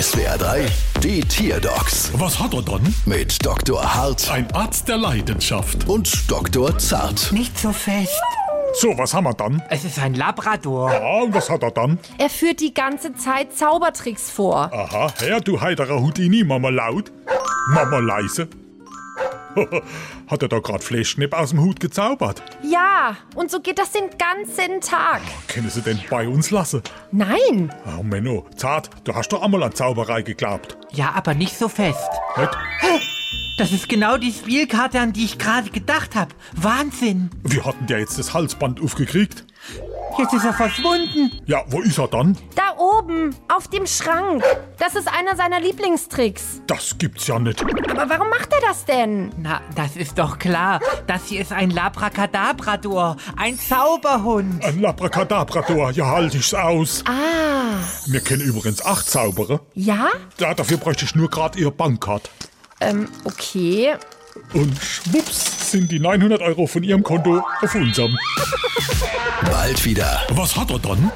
SWR 3, die Tierdocs Was hat er dann? mit Dr. Hart Ein Arzt der Leidenschaft. und Dr. Zart. Nicht so fest. So, was haben wir dann? Es ist ein Labrador. Ah, und was hat er dann? Er führt die ganze Zeit Zaubertricks vor. Aha, Herr, du heiterer Houdini, Mama laut, Mama leise. hat er da gerade Fleischknepp aus dem Hut gezaubert? Ja, und so geht das den ganzen Tag. Können sie denn bei uns lassen? Nein, Oh, Menno, Zart, du hast doch einmal an Zauberei geglaubt. Ja, aber nicht so fest. Nicht? Das ist genau die Spielkarte, an die ich gerade gedacht habe. Wahnsinn. Wir hatten ja jetzt das Halsband aufgekriegt. Jetzt ist er verschwunden. Ja, wo ist er dann? da oben, auf dem Schrank. Das ist einer seiner Lieblingstricks. Das gibt's ja nicht. Aber warum macht er das denn? Na, das ist doch klar. Das hier ist ein Labracadabrador. Ein Zauberhund. Ein Labracadabrador, ja halt ich's aus. Ah, Wir kennen übrigens acht Zauberer. ja? Ja, dafür bräuchte ich nur gerade ihre Bankkarte. Ähm, okay. Und schwupps sind die 900 Euro von ihrem Konto auf unserem. Bald wieder. Was hat er dann?